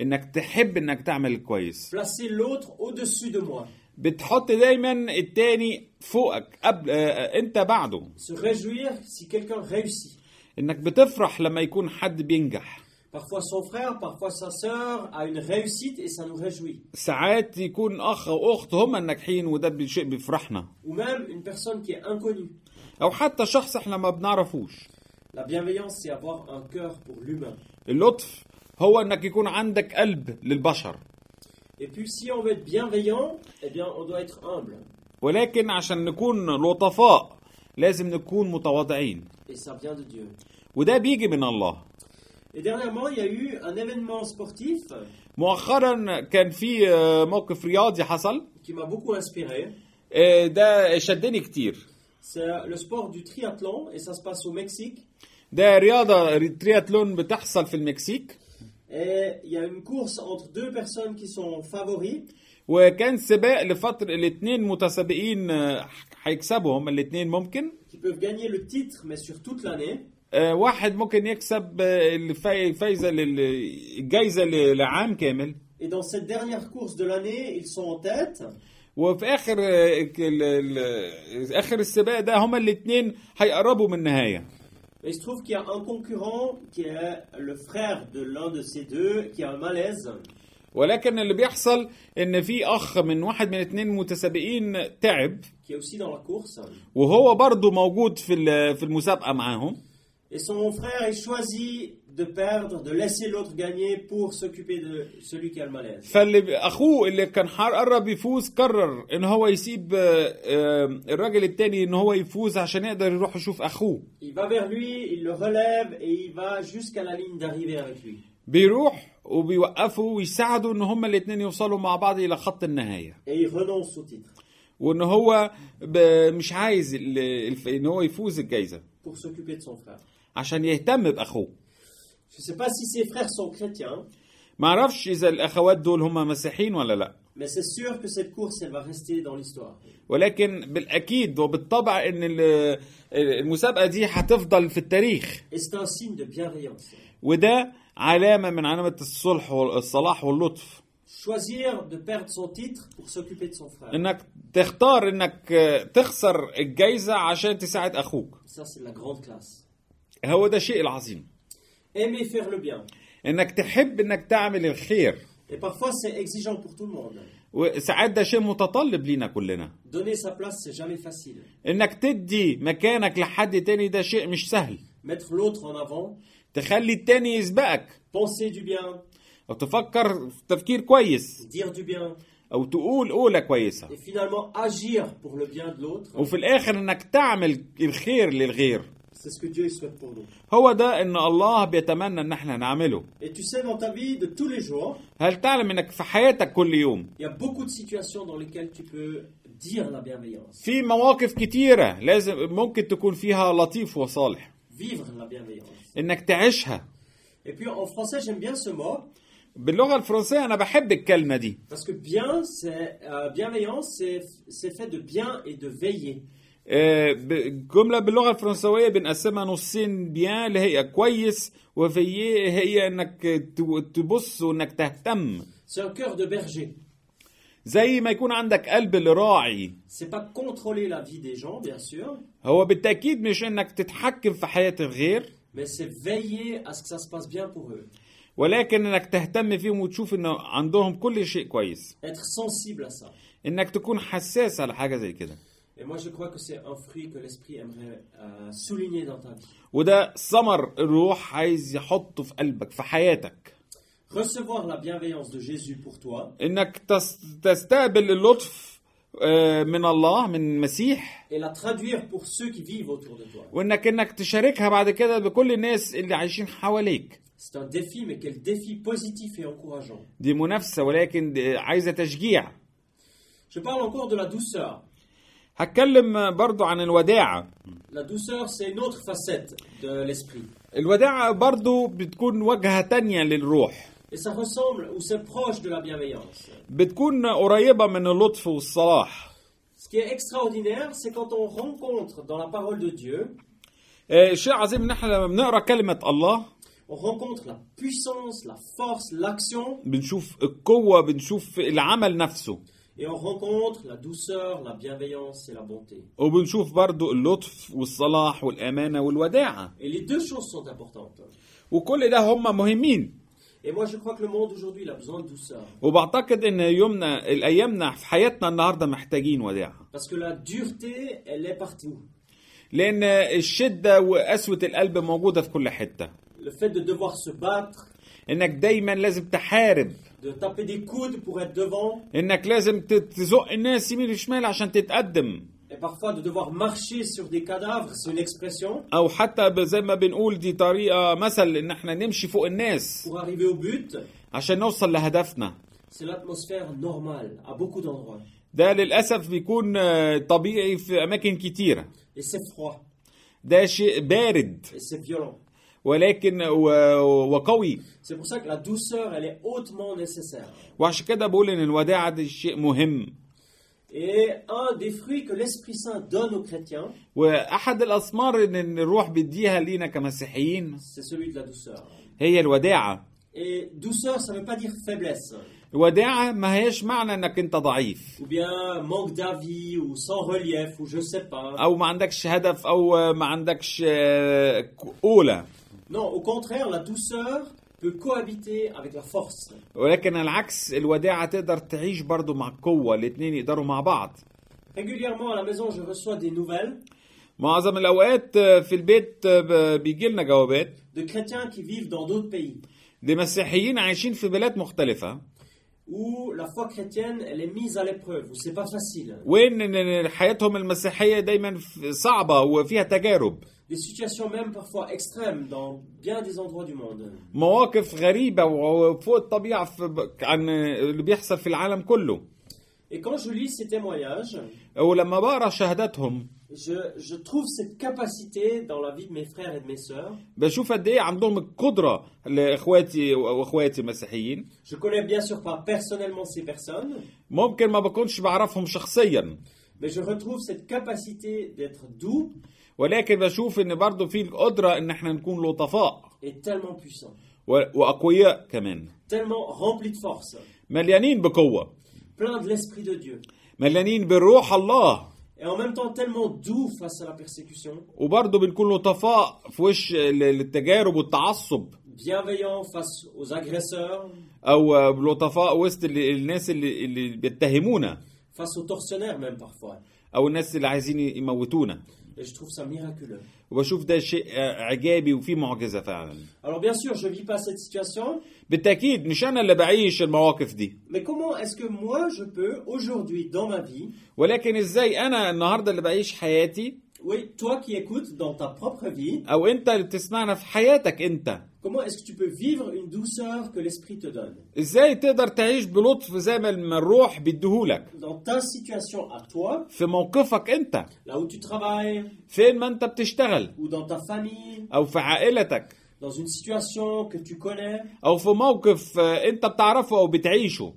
[SPEAKER 2] انك تحب انك تعمل الكويس
[SPEAKER 1] Placer l'autre au-dessus de moi.
[SPEAKER 2] بتحط دايما التاني فوقك قبل آه، آه، انت بعده
[SPEAKER 1] Se réjouir si quelqu'un réussit.
[SPEAKER 2] انك بتفرح لما يكون حد بينجح
[SPEAKER 1] Parfois son frère, parfois sa sœur a une réussite et ça nous réjouit.
[SPEAKER 2] ساعات يكون اخ او اخت هما الناجحين وده شيء بيفرحنا
[SPEAKER 1] Ou même une personne qui est inconnue.
[SPEAKER 2] او حتى شخص احنا ما بنعرفوش
[SPEAKER 1] La bienveillance, c'est avoir un cœur pour l'humain.
[SPEAKER 2] اللطف هو انك يكون عندك قلب للبشر
[SPEAKER 1] Et puis si on veut être bienveillant, eh bien on doit être humble.
[SPEAKER 2] ولكن عشان نكون لطفاء لازم نكون متواضعين
[SPEAKER 1] Et ça vient de Dieu.
[SPEAKER 2] وده بيجي من الله
[SPEAKER 1] Et dernièrement, il y a eu un événement sportif
[SPEAKER 2] مؤخرا كان في آه، موقف رياضي حصل
[SPEAKER 1] qui m'a beaucoup inspiré.
[SPEAKER 2] آه، ده شدني كتير
[SPEAKER 1] C'est le sport du triathlon et ça se passe au Mexique.
[SPEAKER 2] ده رياضة ترياتلون بتحصل في المكسيك
[SPEAKER 1] Et il y a une course entre deux personnes qui sont favoris.
[SPEAKER 2] وكان سباق لفترة الاتنين متسابقين آه، هيكسبوا هما الاتنين ممكن
[SPEAKER 1] qui peuvent gagner le titre, mais sur toute l'année.
[SPEAKER 2] آه، واحد ممكن يكسب آه، الفاي- الفايزة لل- الجايزة ل- لعام كامل
[SPEAKER 1] Et dans cette dernière course de l'année, ils sont en tête.
[SPEAKER 2] وفي اخر آه، ك- ال- ال- اخر السباق ده هما الاتنين هيقربوا من النهاية
[SPEAKER 1] Et il se trouve qu'il y a un concurrent qui est le frère de l'un de ces deux, qui a un malaise.
[SPEAKER 2] ولكن اللي بيحصل ان في اخ من واحد من اتنين متسابقين تعب
[SPEAKER 1] qui est aussi dans la course.
[SPEAKER 2] وهو برضه موجود في ال- في المسابقه معاهم
[SPEAKER 1] Et son frère, il choisit de perdre, de laisser l'autre gagner pour s'occuper de celui qui a le malaise.
[SPEAKER 2] فاللي ب- اخوه اللي كان حار- قرب يفوز قرر ان هو يسيب آه، آه، الراجل التاني ان هو يفوز عشان يقدر يروح يشوف اخوه
[SPEAKER 1] Il va vers lui, il le relève et il va jusqu'à la ligne d'arrivée avec lui.
[SPEAKER 2] بيروح وبيوقفه ويساعده ان هما الاتنين يوصلوا مع بعض الى خط النهايه
[SPEAKER 1] Et il renonce au titre
[SPEAKER 2] وان هو ب- مش عايز ال- الف- ان هو يفوز الجايزه
[SPEAKER 1] pour s'occuper de son frère.
[SPEAKER 2] عشان يهتم باخوه
[SPEAKER 1] Je ne sais pas si ses frères sont chrétiens,
[SPEAKER 2] معرفش اذا الاخوات دول هما مسيحيين ولا لا
[SPEAKER 1] mais c'est sûr que cette course, elle va rester dans l'histoire.
[SPEAKER 2] ولكن بالاكيد وبالطبع ان ال- المسابقه دي هتفضل في التاريخ
[SPEAKER 1] Et c'est un signe de bienveillance.
[SPEAKER 2] وده علامه من علامه الصلح والصلاح واللطف
[SPEAKER 1] Choisir de perdre son titre pour s'occuper de son frère.
[SPEAKER 2] انك تختار انك تخسر الجايزه عشان تساعد اخوك
[SPEAKER 1] Ça, c'est de la grande classe.
[SPEAKER 2] هو ده الشيء العظيم
[SPEAKER 1] Aimer faire le bien.
[SPEAKER 2] انك تحب انك تعمل الخير
[SPEAKER 1] Et parfois, c'est exigeant pour tout le monde.
[SPEAKER 2] وساعات ده شيء متطلب لينا كلنا
[SPEAKER 1] Donner sa place, c'est jamais facile.
[SPEAKER 2] انك تدي مكانك لحد تاني ده شيء مش سهل
[SPEAKER 1] Mettre l'autre en avant,
[SPEAKER 2] تخلي التاني يسبقك
[SPEAKER 1] penser du bien,
[SPEAKER 2] او تفكر في تفكير كويس
[SPEAKER 1] dire du bien,
[SPEAKER 2] او تقول قولة كويسة
[SPEAKER 1] et finalement agir pour le bien de l'autre,
[SPEAKER 2] وفي الاخر انك تعمل الخير للغير
[SPEAKER 1] c'est ce que Dieu il souhaite pour nous.
[SPEAKER 2] هو ده ان الله بيتمنى ان احنا نعمله
[SPEAKER 1] Et tu sais, dans ta vie de tous les jours,
[SPEAKER 2] هل تعلم انك في حياتك كل يوم
[SPEAKER 1] il y a beaucoup de situations dans lesquelles tu peux dire la bienveillance,
[SPEAKER 2] في مواقف كتيرة لازم ممكن تكون فيها لطيف وصالح
[SPEAKER 1] vivre la bienveillance.
[SPEAKER 2] انك تعيشها
[SPEAKER 1] Et puis en français, j'aime bien ce mot,
[SPEAKER 2] باللغة الفرنسية انا بحب الكلمة دي
[SPEAKER 1] Parce que bien, c'est euh, bienveillance, c'est c'est fait de bien et de veiller.
[SPEAKER 2] آه، ب- جملة باللغة الفرنسوية بنقسمها نصين بيان اللي هي كويس وفي هي انك ت- تبص وانك تهتم
[SPEAKER 1] C'est un cœur de berger.
[SPEAKER 2] زي ما يكون عندك قلب لراعي
[SPEAKER 1] C'est pas contrôler la vie des gens, bien sûr,
[SPEAKER 2] هو بالتأكيد مش انك تتحكم في حياة الغير
[SPEAKER 1] mais c'est veiller à ce que ça se passe bien pour eux.
[SPEAKER 2] ولكن انك تهتم فيهم وتشوف ان عندهم كل شيء كويس
[SPEAKER 1] Être sensible à ça.
[SPEAKER 2] انك تكون حساس على حاجة زي كده
[SPEAKER 1] Et moi, je crois que c'est un fruit que l'esprit aimerait euh, souligner dans ta vie.
[SPEAKER 2] وده ثمر الروح عايز يحطه في قلبك في حياتك
[SPEAKER 1] recevoir la bienveillance de Jésus pour toi
[SPEAKER 2] انك تس- تستقبل اللطف آه، من الله من المسيح
[SPEAKER 1] et la traduire pour ceux qui vivent autour de toi.
[SPEAKER 2] وانك انك تشاركها بعد كده بكل الناس اللي عايشين حواليك
[SPEAKER 1] C'est un défi, mais quel défi positif et encourageant.
[SPEAKER 2] دي منافسه ولكن دي عايزه تشجيع
[SPEAKER 1] Je parle encore de la douceur.
[SPEAKER 2] هتكلم برضو عن الوداعه
[SPEAKER 1] La douceur, c'est une autre facette de l'esprit.
[SPEAKER 2] الوداعه برضو بتكون وجهه تانية للروح
[SPEAKER 1] Et ça ressemble ou c'est proche de la bienveillance.
[SPEAKER 2] بتكون قريبه من اللطف والصلاح
[SPEAKER 1] Ce qui est extraordinaire, c'est quand on rencontre dans la parole de Dieu,
[SPEAKER 2] آه، الشيء العظيم ان احنا لما بنقرا كلمه الله
[SPEAKER 1] on rencontre la puissance, la force, l'action,
[SPEAKER 2] بنشوف القوه بنشوف العمل نفسه
[SPEAKER 1] et on rencontre la douceur, la bienveillance et la bonté.
[SPEAKER 2] وبنشوف برضو اللطف والصلاح والامانه والوداعه
[SPEAKER 1] Et les deux choses sont importantes.
[SPEAKER 2] وكل ده هم مهمين
[SPEAKER 1] Et moi, je crois que le monde aujourd'hui, il a besoin de douceur.
[SPEAKER 2] وبعتقد ان يومنا الايامنا في حياتنا النهارده محتاجين وداعه
[SPEAKER 1] Parce que la dureté, elle est partout.
[SPEAKER 2] لان الشده وقسوه القلب موجوده في كل حته
[SPEAKER 1] Le fait de devoir se battre,
[SPEAKER 2] انك دايما لازم تحارب
[SPEAKER 1] de taper des coudes pour être devant,
[SPEAKER 2] انك لازم ت- تزق الناس يمين وشمال عشان تتقدم
[SPEAKER 1] et parfois de devoir marcher sur des cadavres, c'est une expression,
[SPEAKER 2] او حتى ب- زي ما بنقول دي طريقه مثل ان احنا نمشي فوق الناس
[SPEAKER 1] pour arriver au but,
[SPEAKER 2] عشان نوصل لهدفنا
[SPEAKER 1] c'est l'atmosphère normale à beaucoup d'endroits.
[SPEAKER 2] ده للاسف بيكون آه، طبيعي في اماكن كتيره
[SPEAKER 1] Et c'est froid,
[SPEAKER 2] ده شيء بارد
[SPEAKER 1] et c'est violent.
[SPEAKER 2] ولكن و- وقوي
[SPEAKER 1] C'est pour ça que la douceur, elle est hautement nécessaire.
[SPEAKER 2] وعشان كده بقول ان الوداعه دي شيء مهم
[SPEAKER 1] Et un des fruits que l'Esprit Saint donne aux chrétiens,
[SPEAKER 2] واحد الاسمار ان إن الروح بيديها لينا كمسيحيين
[SPEAKER 1] c'est celui de la douceur.
[SPEAKER 2] هي الوداعه
[SPEAKER 1] Et douceur, ça ne veut pas dire faiblesse,
[SPEAKER 2] الوداعه ما هياش معنى انك انت ضعيف
[SPEAKER 1] ou bien manque d'avis, ou sans relief, ou je sais pas.
[SPEAKER 2] او ما عندكش هدف او آه، ما عندكش آه، ك- اولى
[SPEAKER 1] Non, au contraire, la douceur peut cohabiter avec la force.
[SPEAKER 2] ولكن العكس الوداعه تقدر تعيش برضو مع القوه الاتنين يقدروا مع بعض
[SPEAKER 1] Régulièrement à la maison, je reçois des nouvelles
[SPEAKER 2] معظم الاوقات آه، في البيت بيجي لنا جوابات
[SPEAKER 1] de chrétiens qui vivent dans d'autres pays,
[SPEAKER 2] لمسيحيين عايشين في بلاد مختلفه
[SPEAKER 1] où la foi chrétienne, elle est mise à l'épreuve, où c'est pas facile.
[SPEAKER 2] وان إن حياتهم المسيحيه دايما ف- صعبه وفيها تجارب
[SPEAKER 1] Des situations même parfois extrêmes dans bien des endroits du monde.
[SPEAKER 2] مواقف غريبه وفوق الطبيعه في ب- عن اللي بيحصل في العالم كله
[SPEAKER 1] Et quand je lis ces témoignages,
[SPEAKER 2] ولما بقرا شهاداتهم
[SPEAKER 1] je, je trouve cette capacité dans la vie de mes frères et de mes sœurs.
[SPEAKER 2] بشوف قد ايه عندهم القدره لاخواتي واخواتي المسيحيين
[SPEAKER 1] Je connais bien sûr pas personnellement ces personnes,
[SPEAKER 2] ممكن ما بكونش بعرفهم شخصيا
[SPEAKER 1] mais je retrouve cette capacité d'être doux
[SPEAKER 2] ولكن بشوف ان برضو في القدره ان احنا نكون لطفاء
[SPEAKER 1] et tellement puissant,
[SPEAKER 2] و- واقوياء كمان
[SPEAKER 1] tellement rempli de force,
[SPEAKER 2] مليانين بقوه
[SPEAKER 1] plein de l'Esprit de Dieu,
[SPEAKER 2] مليانين بروح الله
[SPEAKER 1] et en même temps tellement doux face à la persécution,
[SPEAKER 2] وبرضه بنكون لطفاء في وش ال- التجارب والتعصب
[SPEAKER 1] bienveillant face aux agresseurs,
[SPEAKER 2] او لطفاء وسط ال- الناس اللي اللي بيتهمونا
[SPEAKER 1] face aux tortionnaires même parfois.
[SPEAKER 2] او الناس اللي عايزين يموتونا
[SPEAKER 1] Et je trouve ça miraculeux.
[SPEAKER 2] وبشوف ده شيء اعجابي وفيه معجزه فعلا
[SPEAKER 1] Alors bien sûr, je vis pas cette situation,
[SPEAKER 2] بالتاكيد مش انا اللي بعيش المواقف دي
[SPEAKER 1] mais comment est-ce que moi je peux aujourd'hui dans ma vie,
[SPEAKER 2] ولكن ازاي انا النهارده اللي بعيش حياتي
[SPEAKER 1] oui, toi qui écoutes dans ta propre vie,
[SPEAKER 2] او انت اللي بتسمعنا في حياتك انت
[SPEAKER 1] comment est-ce que tu peux vivre une douceur que l'Esprit te donne
[SPEAKER 2] ازاي تقدر تعيش بلطف زي ما الم- الروح بيديهولك
[SPEAKER 1] dans ta situation à toi,
[SPEAKER 2] في موقفك انت
[SPEAKER 1] là où tu travailles,
[SPEAKER 2] فين ما انت بتشتغل
[SPEAKER 1] ou dans ta famille,
[SPEAKER 2] او في عائلتك
[SPEAKER 1] dans une situation que tu connais,
[SPEAKER 2] او في موقف آه، انت بتعرفه او بتعيشه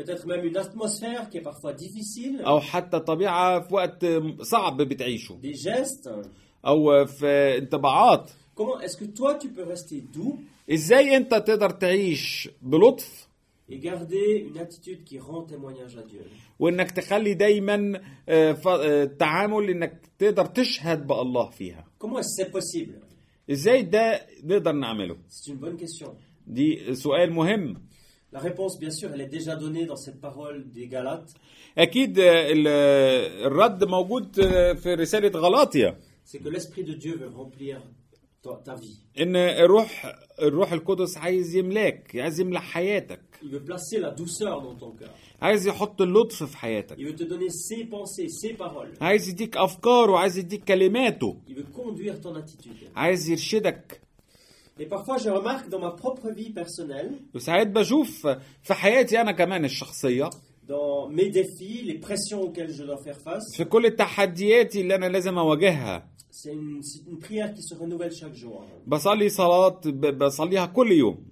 [SPEAKER 1] peut-être même une atmosphère qui est parfois difficile,
[SPEAKER 2] او حتى طبيعه في وقت آه، صعب بتعيشه
[SPEAKER 1] des gestes.
[SPEAKER 2] او آه، في آه، انطباعات
[SPEAKER 1] Comment est-ce que toi tu peux rester doux
[SPEAKER 2] ازاي انت تقدر تعيش بلطف
[SPEAKER 1] et garder une attitude qui rend témoignage à Dieu
[SPEAKER 2] وانك تخلي دايما آه، ف- آه، التعامل انك تقدر تشهد بالله فيها
[SPEAKER 1] Comment est-ce que c'est possible
[SPEAKER 2] ازاي ده نقدر نعمله
[SPEAKER 1] C'est une bonne question.
[SPEAKER 2] دي سؤال مهم
[SPEAKER 1] La réponse, bien sûr, elle est déjà donnée dans cette parole des Galates.
[SPEAKER 2] اكيد آه، ال- آه، الرد موجود آه، في رساله غلاطيا
[SPEAKER 1] C'est que l'Esprit de Dieu veut remplir ta, ta vie.
[SPEAKER 2] ان الروح الروح القدس عايز يملاك عايز يملى حياتك
[SPEAKER 1] Il veut placer la douceur dans ton cœur.
[SPEAKER 2] عايز يحط اللطف في حياتك
[SPEAKER 1] Il veut te donner ses pensées, ses paroles.
[SPEAKER 2] عايز يديك افكاره عايز يديك كلماته
[SPEAKER 1] Il veut conduire ton attitude.
[SPEAKER 2] عايز يرشدك
[SPEAKER 1] Et parfois, je remarque dans ma propre vie personnelle,
[SPEAKER 2] وساعات بشوف في حياتي انا كمان الشخصيه
[SPEAKER 1] dans mes défis, les pressions auxquelles je dois faire face,
[SPEAKER 2] في كل التحدياتي اللي انا لازم اواجهها
[SPEAKER 1] c'est une, c'est une prière qui se renouvelle chaque jour.
[SPEAKER 2] بصلي صلاه ب- بصليها كل يوم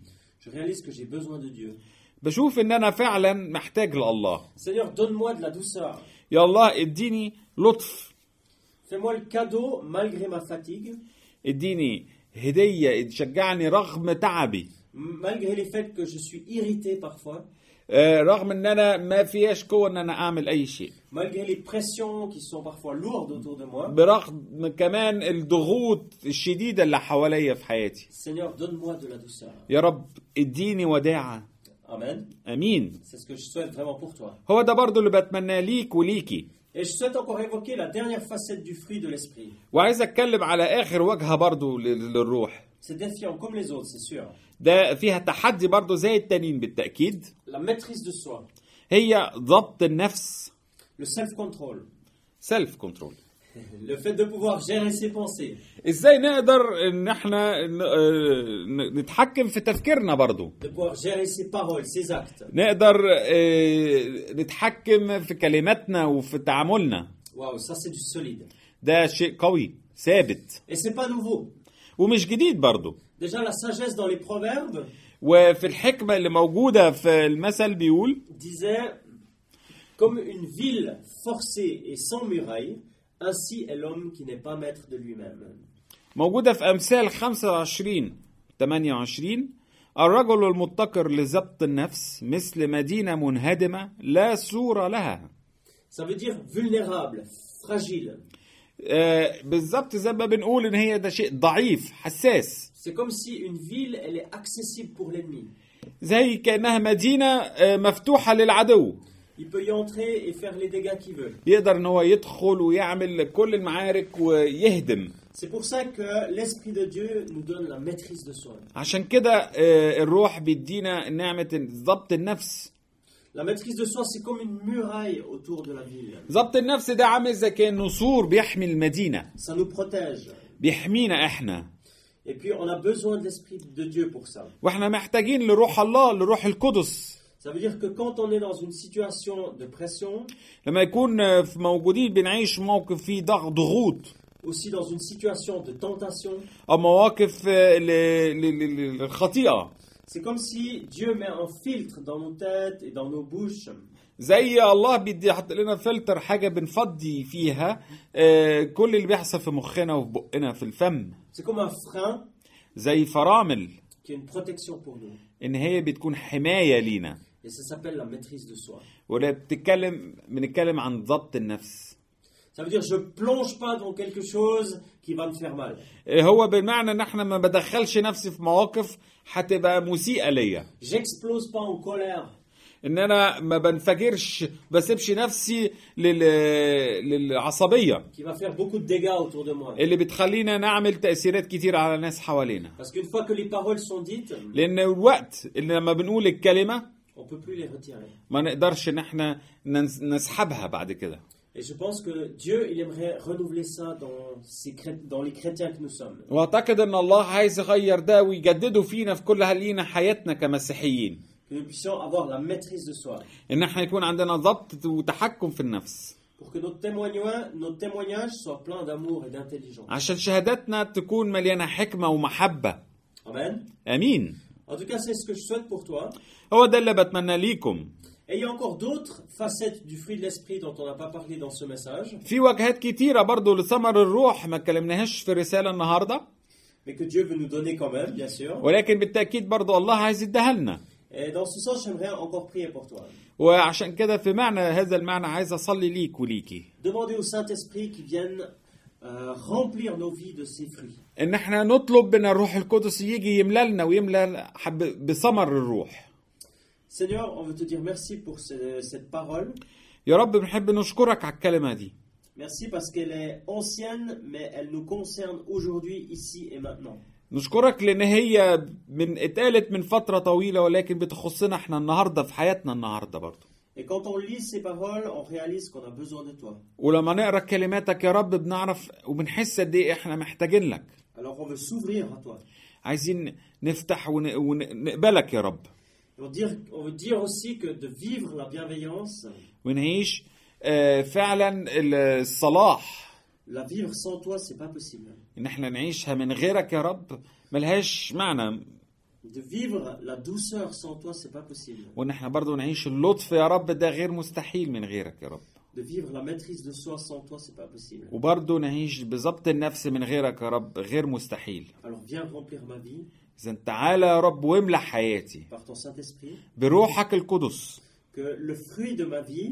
[SPEAKER 1] Je réalise que j'ai besoin de Dieu.
[SPEAKER 2] بشوف ان انا فعلا محتاج لله
[SPEAKER 1] Seigneur, donne-moi de la douceur.
[SPEAKER 2] يا الله اديني لطف
[SPEAKER 1] Fais-moi le cadeau malgré ma fatigue,
[SPEAKER 2] اديني هديه تشجعني رغم تعبي
[SPEAKER 1] m- malgré les faits que je suis irrité parfois,
[SPEAKER 2] آه، رغم ان انا ما فياش قوه ان انا اعمل اي شيء
[SPEAKER 1] malgré les pressions qui sont parfois lourdes autour de moi.
[SPEAKER 2] برغم كمان الضغوط الشديده اللي حواليا في حياتي
[SPEAKER 1] Seigneur, donne-moi de la douceur.
[SPEAKER 2] يا رب اديني وداعه
[SPEAKER 1] Amen.
[SPEAKER 2] امين
[SPEAKER 1] C'est ce que je souhaite vraiment pour toi.
[SPEAKER 2] هو ده برضو اللي بتمناه ليك وليكي
[SPEAKER 1] Et je souhaite encore évoquer la dernière facette du fruit de l'esprit.
[SPEAKER 2] وعايز اتكلم على اخر وجهه برضو لل- للروح
[SPEAKER 1] C'est défiant comme les autres, c'est sûr.
[SPEAKER 2] ده فيها تحدي برضو زي التانيين بالتاكيد
[SPEAKER 1] La maîtrise de soi,
[SPEAKER 2] هي ضبط النفس
[SPEAKER 1] le self-control,
[SPEAKER 2] سيلف كنترول
[SPEAKER 1] le fait de pouvoir gérer ses pensées,
[SPEAKER 2] ازاي نقدر ان احنا ن- آه، ن- نتحكم في تفكيرنا برضو
[SPEAKER 1] de pouvoir gérer ses paroles, ses actes.
[SPEAKER 2] نقدر آه، نتحكم في كلماتنا وفي تعاملنا
[SPEAKER 1] Waouh, ça c'est du solide.
[SPEAKER 2] ده شيء قوي ثابت
[SPEAKER 1] Et c'est pas nouveau.
[SPEAKER 2] ومش جديد برضو
[SPEAKER 1] Déjà la sagesse dans les proverbes
[SPEAKER 2] وفي الحكمة اللي موجودة في المثل بيقول
[SPEAKER 1] disait comme une ville forcée et sans muraille, ainsi est l'homme qui n'est pas maître de lui-même.
[SPEAKER 2] موجودة في أمثال 25 28 الرجل المتقر لضبط النفس مثل مدينة منهدمة لا صورة لها
[SPEAKER 1] Ça veut dire vulnérable, fragile.
[SPEAKER 2] آه، بالظبط زي ما بنقول ان هي ده شيء ضعيف حساس
[SPEAKER 1] C'est comme si une ville, elle est accessible pour l'ennemi.
[SPEAKER 2] زي كانها مدينه آه، مفتوحه للعدو
[SPEAKER 1] Il peut y entrer et faire les dégâts qu'il veut.
[SPEAKER 2] يقدر ان هو يدخل ويعمل كل المعارك ويهدم
[SPEAKER 1] C'est pour ça que l'Esprit de Dieu nous donne la maîtrise de soi.
[SPEAKER 2] عشان كده آه، الروح بيدينا نعمه ضبط النفس
[SPEAKER 1] La maîtrise de soi, c'est comme une muraille autour de la ville.
[SPEAKER 2] ضبط النفس ده عامل زي كانه سور بيحمي المدينه
[SPEAKER 1] Ça nous protège.
[SPEAKER 2] بيحمينا احنا
[SPEAKER 1] Et puis, on a besoin de l'Esprit de Dieu pour ça.
[SPEAKER 2] واحنا محتاجين لروح الله لروح القدس
[SPEAKER 1] Ça veut dire que quand on est dans une situation de pression,
[SPEAKER 2] لما يكون آه، في- موجودين بنعيش موقف فيه ضغ- ضغوط
[SPEAKER 1] aussi dans une situation de tentation,
[SPEAKER 2] او مواقف آه، ل- ل- ل- للخطيئه
[SPEAKER 1] c'est comme si Dieu met un filtre dans nos têtes et dans nos bouches
[SPEAKER 2] زي الله بيدي حط لنا فلتر حاجه بنفضي فيها آه، كل اللي بيحصل في مخنا وفي بقنا في الفم
[SPEAKER 1] C'est comme un frein
[SPEAKER 2] زي فرامل
[SPEAKER 1] qui est une protection pour nous.
[SPEAKER 2] ان هي بتكون حمايه لينا
[SPEAKER 1] Et ça s'appelle la maîtrise de soi.
[SPEAKER 2] ولا بتتكلم بنتكلم عن ضبط النفس
[SPEAKER 1] Ça veut dire je plonge pas dans quelque chose qui va me faire mal.
[SPEAKER 2] آه، هو بمعنى ان احنا ما بدخلش نفسي في مواقف هتبقى مسيئه ليا
[SPEAKER 1] J'explose pas en colère.
[SPEAKER 2] ان انا ما بنفجرش بسيبش نفسي لل... للعصبيه
[SPEAKER 1] qui va faire beaucoup de dégâts autour de moi.
[SPEAKER 2] اللي بتخلينا نعمل تاثيرات كتير على الناس حوالينا
[SPEAKER 1] Parce qu'une fois que les paroles sont dites,
[SPEAKER 2] لان الوقت اللي لما بنقول الكلمه
[SPEAKER 1] on peut plus les retirer.
[SPEAKER 2] ما نقدرش ان احنا ننس- نسحبها بعد كده
[SPEAKER 1] Et je pense que Dieu, il aimerait renouveler ça dans, ses chré- dans les chrétiens que nous sommes.
[SPEAKER 2] واعتقد ان الله عايز يغير ده ويجدده فينا في كل هلينا حياتنا كمسيحيين
[SPEAKER 1] Que nous puissions avoir la maîtrise de soi.
[SPEAKER 2] ان احنا يكون عندنا ضبط وتحكم في النفس
[SPEAKER 1] Pour que notre témoignage, notre témoignage soit plein d'amour et d'intelligence.
[SPEAKER 2] عشان شهاداتنا تكون مليانه حكمه ومحبه
[SPEAKER 1] Amen.
[SPEAKER 2] امين
[SPEAKER 1] En tout cas, c'est ce que je souhaite pour toi.
[SPEAKER 2] هو ده اللي بتمنى ليكم
[SPEAKER 1] Et il y a encore d'autres facettes du fruit de l'esprit dont on n'a pas parlé dans ce message,
[SPEAKER 2] في وجهات كتيره برضو لثمر الروح ما اتكلمناهاش في الرساله النهارده
[SPEAKER 1] mais que Dieu veut nous donner quand même, bien sûr.
[SPEAKER 2] ولكن بالتاكيد برضو الله عايز يديها لنا
[SPEAKER 1] Et dans ce sens, j'aimerais encore prier pour toi.
[SPEAKER 2] وعشان كده في معنى هذا المعنى عايز اصلي ليك وليكي
[SPEAKER 1] Demandez au Saint-Esprit qu'il vienne euh, remplir nos vies de ses fruits.
[SPEAKER 2] ان احنا نطلب ان الروح القدس يجي يملالنا ويملى حب- بثمر الروح
[SPEAKER 1] Seigneur, on veut te dire merci pour ce- cette parole.
[SPEAKER 2] يا رب بنحب نشكرك على الكلمه دي
[SPEAKER 1] Merci parce qu'elle est ancienne, mais elle nous concerne aujourd'hui, ici et maintenant.
[SPEAKER 2] نشكرك لان هي من اتقالت من فتره طويله ولكن بتخصنا احنا النهارده في حياتنا النهارده برضه
[SPEAKER 1] Et quand on lit ces paroles, on réalise qu'on a besoin de toi.
[SPEAKER 2] ولما نقرا كلماتك يا رب بنعرف وبنحس قد ايه احنا محتاجين لك
[SPEAKER 1] Alors on veut s'ouvrir à toi.
[SPEAKER 2] عايزين نفتح ون- ونقبلك يا رب
[SPEAKER 1] Et On, dire- on veut dire aussi que de vivre la bienveillance,
[SPEAKER 2] ونعيش آه، فعلا الصلاح
[SPEAKER 1] la vivre sans toi, c'est pas possible.
[SPEAKER 2] ان احنا نعيشها من غيرك يا رب ملهاش معنى
[SPEAKER 1] De vivre la douceur sans toi, c'est pas possible.
[SPEAKER 2] وان احنا برضو نعيش اللطف يا رب ده غير مستحيل من غيرك يا رب
[SPEAKER 1] De vivre la maîtrise de soi sans toi, c'est pas possible.
[SPEAKER 2] وبرضو نعيش بضبط النفس من غيرك يا رب غير مستحيل
[SPEAKER 1] Alors viens remplir ma vie
[SPEAKER 2] اذا تعالى يا رب واملى حياتي
[SPEAKER 1] par ton Saint-Esprit,
[SPEAKER 2] بروحك القدس
[SPEAKER 1] que le fruit de ma vie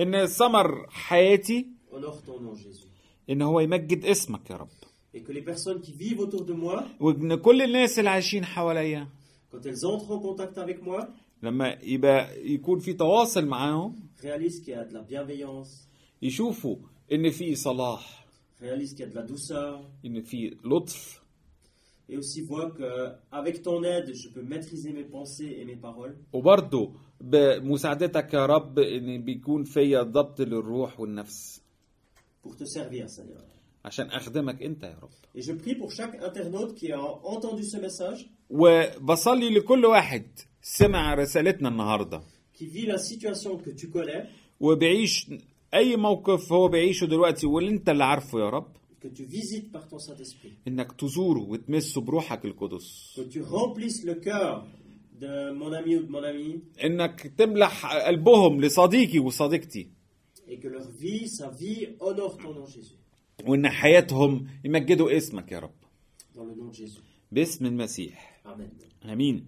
[SPEAKER 2] ان ثمر حياتي
[SPEAKER 1] honore ton nom, Jésus.
[SPEAKER 2] ان هو يمجد اسمك يا رب
[SPEAKER 1] Et que les personnes qui vivent autour de moi,
[SPEAKER 2] وان كل الناس اللي عايشين حواليا
[SPEAKER 1] quand elles entrent en contact avec moi,
[SPEAKER 2] لما يبقى يكون في تواصل معاهم
[SPEAKER 1] réalisent qu'il y a de la bienveillance,
[SPEAKER 2] يشوفوا ان في صلاح
[SPEAKER 1] réalisent qu'il y a de la douceur,
[SPEAKER 2] ان في لطف
[SPEAKER 1] et aussi voient que avec ton aide, je peux maîtriser mes pensées et mes paroles,
[SPEAKER 2] وبرضه بمساعدتك يا رب ان بيكون فيا ضبط للروح والنفس
[SPEAKER 1] pour te servir, Seigneur.
[SPEAKER 2] عشان اخدمك انت يا رب
[SPEAKER 1] Et je prie pour chaque internaute qui a entendu ce message,
[SPEAKER 2] وبصلي لكل واحد سمع رسالتنا النهارده
[SPEAKER 1] qui vit la situation que tu connais,
[SPEAKER 2] وبيعيش اي موقف هو بيعيشه دلوقتي واللي انت اللي عارفه يا رب
[SPEAKER 1] que tu visites par ton Saint-Esprit,
[SPEAKER 2] انك تزوره وتمسه بروحك القدس
[SPEAKER 1] que tu remplisses le cœur de mon ami ou de mon amie,
[SPEAKER 2] انك تملح قلبهم لصديقي وصديقتي
[SPEAKER 1] et que leur vie, sa vie, honore ton nom, Jésus.
[SPEAKER 2] وان حياتهم يمجدوا اسمك يا رب
[SPEAKER 1] Dans le nom de Jésus.
[SPEAKER 2] باسم المسيح
[SPEAKER 1] Amen.
[SPEAKER 2] امين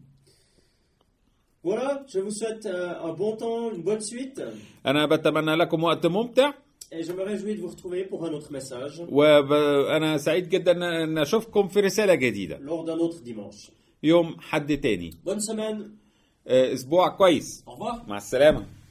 [SPEAKER 1] Voilà, je vous souhaite euh, un bon temps, une bonne suite,
[SPEAKER 2] انا بتمنى لكم وقت ممتع
[SPEAKER 1] et je me réjouis de vous retrouver pour un autre message
[SPEAKER 2] وانا سعيد جدا ان اشوفكم في رساله جديده
[SPEAKER 1] lors d'un autre dimanche.
[SPEAKER 2] يوم حد تاني
[SPEAKER 1] Bonne semaine,
[SPEAKER 2] آه، اسبوع كويس
[SPEAKER 1] au revoir.
[SPEAKER 2] مع السلامه